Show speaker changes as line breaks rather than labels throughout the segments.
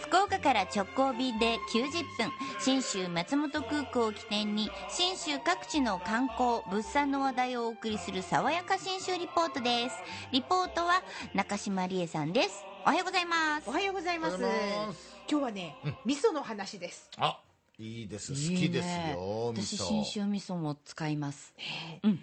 福岡から直行便で90分、新州松本空港を起点に、新州各地の観光、物産の話題をお送りする、爽やか新州リポートです。リポートは、中島理恵さんです。おはようございます
お。はようございます
おはようございます
今日はね、味噌の話です
あいいです
いいね
好きですよ
私、
味
新
噌
州味噌も使います。
好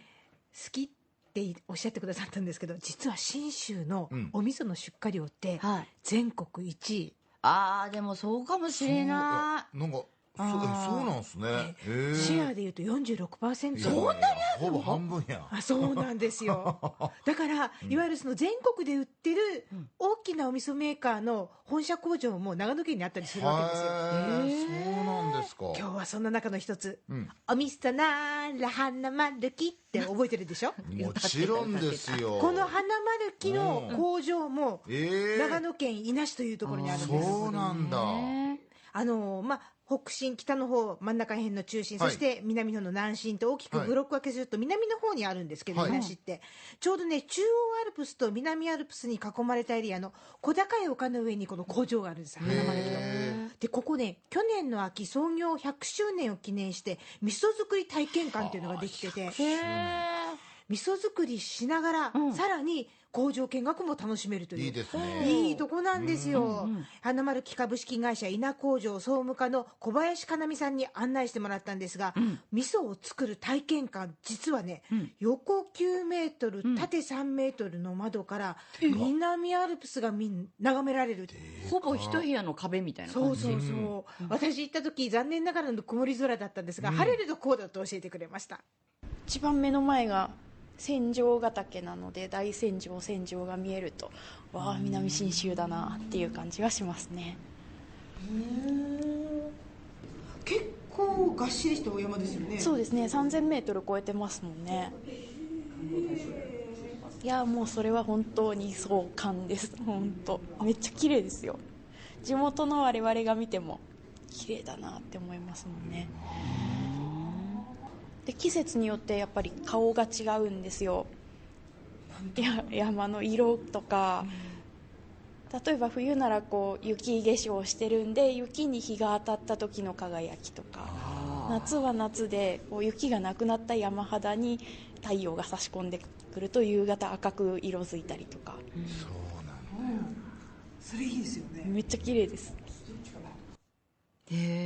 きっておっしゃってくださったんですけど実は信州の
うん
お味噌の出荷量って
はい。
全国一位、
あー、でもそうかもしれな
なんかそ
あー
えそうなんですね
ね
へー
シェアでいうと46%
いやほぼ半分や
あそうなんですよ だから、いわゆるその全国で売ってる大きなお味噌メーカーの本社工場も長野県にあったりするわけですよ
へーそうなんですか
今日はそんな中の一つ
うん
「お味噌なら花丸き」って覚えてるでしょ
もちろんですよ
この花丸きの工場も
ええ
長野県伊那市というところにあるんです
そうなんだ
い。ね
あのまあ、北進、北の方真ん中辺の中心、
はい
そして南の方の南進と大きくブロック分けすると、南の方にあるんですけど、
はい
東って、ちょうどね、中央アルプスと南アルプスに囲まれたエリアの小高い丘の上にこの工場があるんです、花丸木の
へー
で、ここね、去年の秋、創業100周年を記念して、味噌作り体験館っていうのができてて、
へー
味噌作りしながら、
うん
さらに工場見学も楽しめるという。
いいですね
いいとこなんですよ、花丸木株式会社稲工場総務課の小林かなみさんに案内してもらったんですが、味噌を作る体験館実はね、横9メートル縦3メートルの窓から、南アルプスが見ん眺められるって
ほぼ一部屋の壁みたいな
そ
感
う
じ。
そうそう、私行った時残念ながらの曇り空だったんですが、晴れるとこうだと教えてくれました
一番目の前が戦場ヶ岳なので大戦場戦場が見えるとわあ南信州だなっていう感じがしますね
結構がっしりしたお山ですよね
そうですね 3000m 超えてますもんねいやもうそれは本当に壮観です本当めっちゃ綺麗ですよ地元の我々が見ても綺麗だなって思いますもんねで季節によってやっぱり顔が違うんですよいや山の色とか例えば冬ならこう雪化粧をしてるんで雪に日が当たった時の輝きとか夏は夏でこう雪がなくなった山肌に太陽が差し込んでくると夕方赤く色づいたりとか
そうなんだ
めっちゃ綺麗です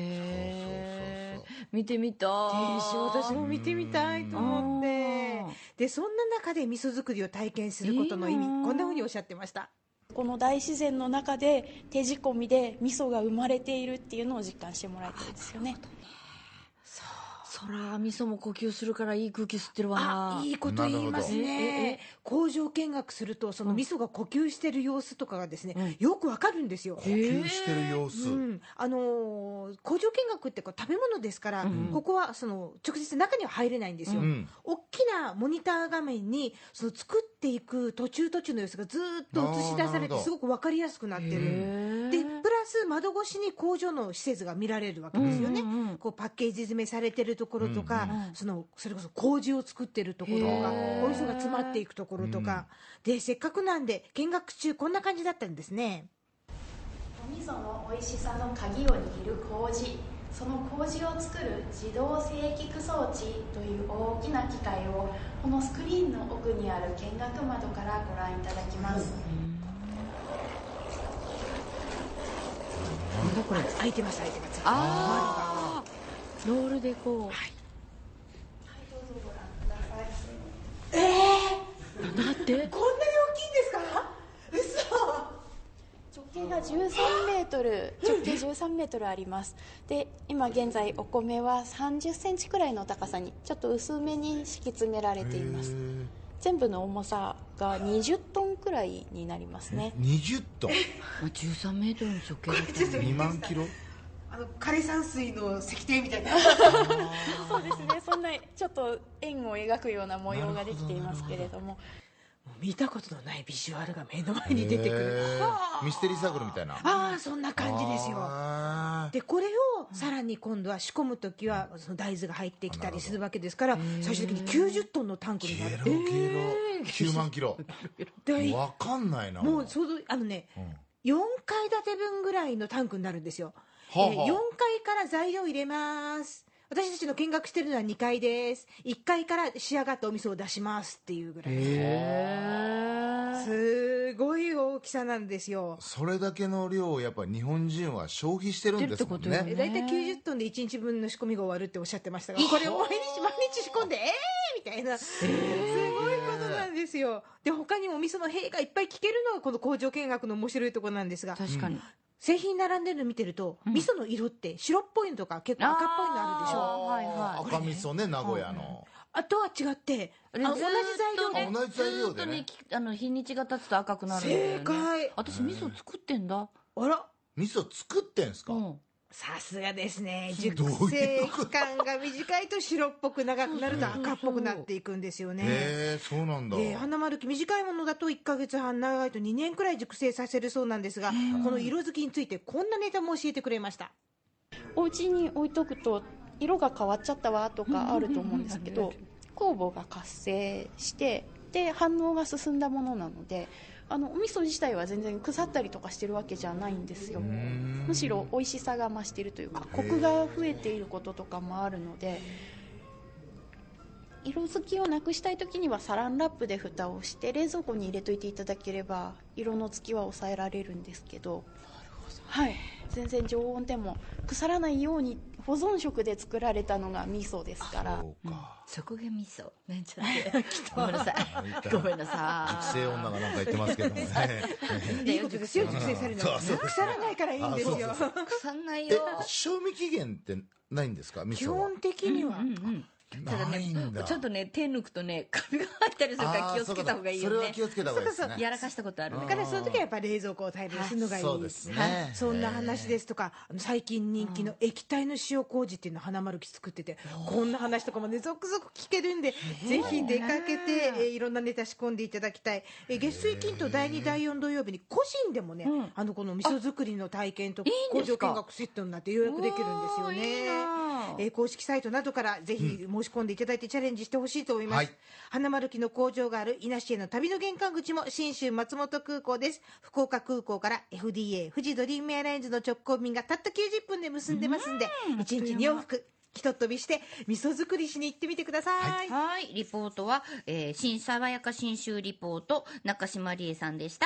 へ
そうそう
ー見てみたい
でしょ私も見てみたいと思っ
う
て
ん
でそんな中で味噌作りを体験することの意味
いいな
こんなふうにおっしゃってました
この大自然の中で手仕込みで味噌が生まれているっていうのを実感してもらいたいですよね
そら味噌も呼吸するからいい空気吸ってるわな
あいいこと言います
なる
ね工場見学するとその味噌が呼吸してる様子とかがですねよくわかるんですよ
呼吸してる様子
うんあのー工場見学ってこう食べ物ですから、ここはその直接中には入れないんですよ、
うん
大きなモニター画面にその作っていく途中途中の様子がずーっと映し出され
あーなる
て
ほど
すごく分かりやすくなってるでプラス窓越しに工場の施設が見られるわけですよね、こうパッケージ詰めされてるところとか、そのそれこそ麹を作ってるところとかお味噌が詰まっていくところとか、でせっかくなんで見学中こんな感じだったんですね
お味噌の美味しさの鍵を握る麹その麹を作る自動生育装置という大きな機械をこのスクリーンの奥にある見学窓からご覧いただきます
なんだこれ
開いてます開いてます
あーロールでこうはいどうぞご覧くださいええー、だって
こんなに大きいんですか嘘
直径が13メートル直径13メートルありますで今現在お米は30センチくらいの高さにちょっと薄めに敷き詰められています全部の重さが20トンくらいになりますね
20ト ン
まあ13メートルの直径だったね
2万キロ
あの枯山水の石庭みたいな
そうですねそんなちょっと円を描くような模様ができていますけれども
見たことのないビジュアルが目の前に出てくる
へーミステリーサークルみたいな
ああそんな感じですよ
よ
でこれをさらに今度は仕込む時はその大豆が入ってきたりするわけですから最終的に90トンのタンクにな
ゲロ
る
ゲロ9万キロ
で
わかんないな
もうそのあのね、 4階建て分ぐらいのタンクになるんですよ。
はあはあ
えー4階から材料入れます。私たちの見学してるのは2階です。1階から仕上がったお味噌を出しますっていうぐらい。
へえ
すごい大きさなんですよ。
それだけの量をやっぱ日本人は消費してるんですもん
してるってこと
え
よ
ね
ね
大体90トンで1日分の仕込みが終わるっておっしゃってましたが、これを毎日毎日仕込んで、えーみたいな、すごいことなんですよ。で、他にもお味噌の塀がいっぱい聞けるのがこの工場見学の面白いところなんですが、
確かに、
製品並んでるの見てると、味噌の色って白っぽいのとか結構赤っぽいのあるでしょ。
あはいはい
赤味噌ね名古屋の
あとは違って、あ
で
同じ
ずーっ
材料
とね
で。
同じ材料でね
ずーっときあの日にちが経つと赤くなるんだよね
正解
私味噌作ってんだ
あら
味噌作ってんすか、
うん
さすがですね
どう
熟
いうこ
成
と
期間が短いと白っぽく長くなると赤っぽくなっていくんですよね
へえそうなんだ、
で花丸き短いものだと1か月半長いと2年くらい熟成させるそうなんですがこの色づきについてこんなネタも教えてくれました
お家に置いとくと色が変わっちゃったわとかあると思うんですけ
うんうん
ど酵母が活性してで反応が進んだものなのであのお味噌自体は全然腐ったりとかしてるわけじゃないんですよ
ん
むしろ美味しさが増してるというかコクが増えていることとかもあるので色づきをなくしたい時にはサランラップで蓋をして冷蔵庫に入れといていただければ色のつきは抑えられるんですけどはい、全然常温でも腐らないように保存食で作られたのが味噌ですから
そう か
そこが味噌なんちゃってごめんな さいごめんな
熟
さい
成女がなんか言ってますけど もね
いいことですよ熟成されるのは
そうそう
腐らないからいいんですよ
あそ
腐んない
え
よ
賞味期限ってないんですか味
基
噌は
本的には、
うんうんただ
ないん
ね
だ
ちょっとね手抜くとねカビが入ったりするから
あー
気をつけた方がいいよ
そうかそれは
ね
気をつけた方がいいですね
やらかしたことある
だ
ね
からその時はやっぱり冷蔵庫を頼りにするのがいい
そうですね、
そんな話ですすとか、あの最近人気の液体の塩麹っていうのを花丸き作ってて、こんな話とかもね、続々聞けるんで、ぜひ出かけて、えーいろんなネタ仕込んでいただきたい。えー月水金と第2、第4土曜日に個人でもね、
うん
あの、この味噌作りの体験と
いいん
工
です
場
か
見学セットになって予約できるんですよね。
うわーいいなー
えー公式サイトなどからぜひ申し込んでいただいてチャレンジしてほしいと思います。
はい
花丸木の工場がある稲市への旅の玄関口も新州松本空港です。福岡空港から FDA 富士ドリームエアラインズの直行便がたった90分で結んでますんで、1日2往復、ひとっ飛びして味噌作りしに行ってみてください。
はいリポートは、えー、新爽やか新州リポート中島理恵さんでした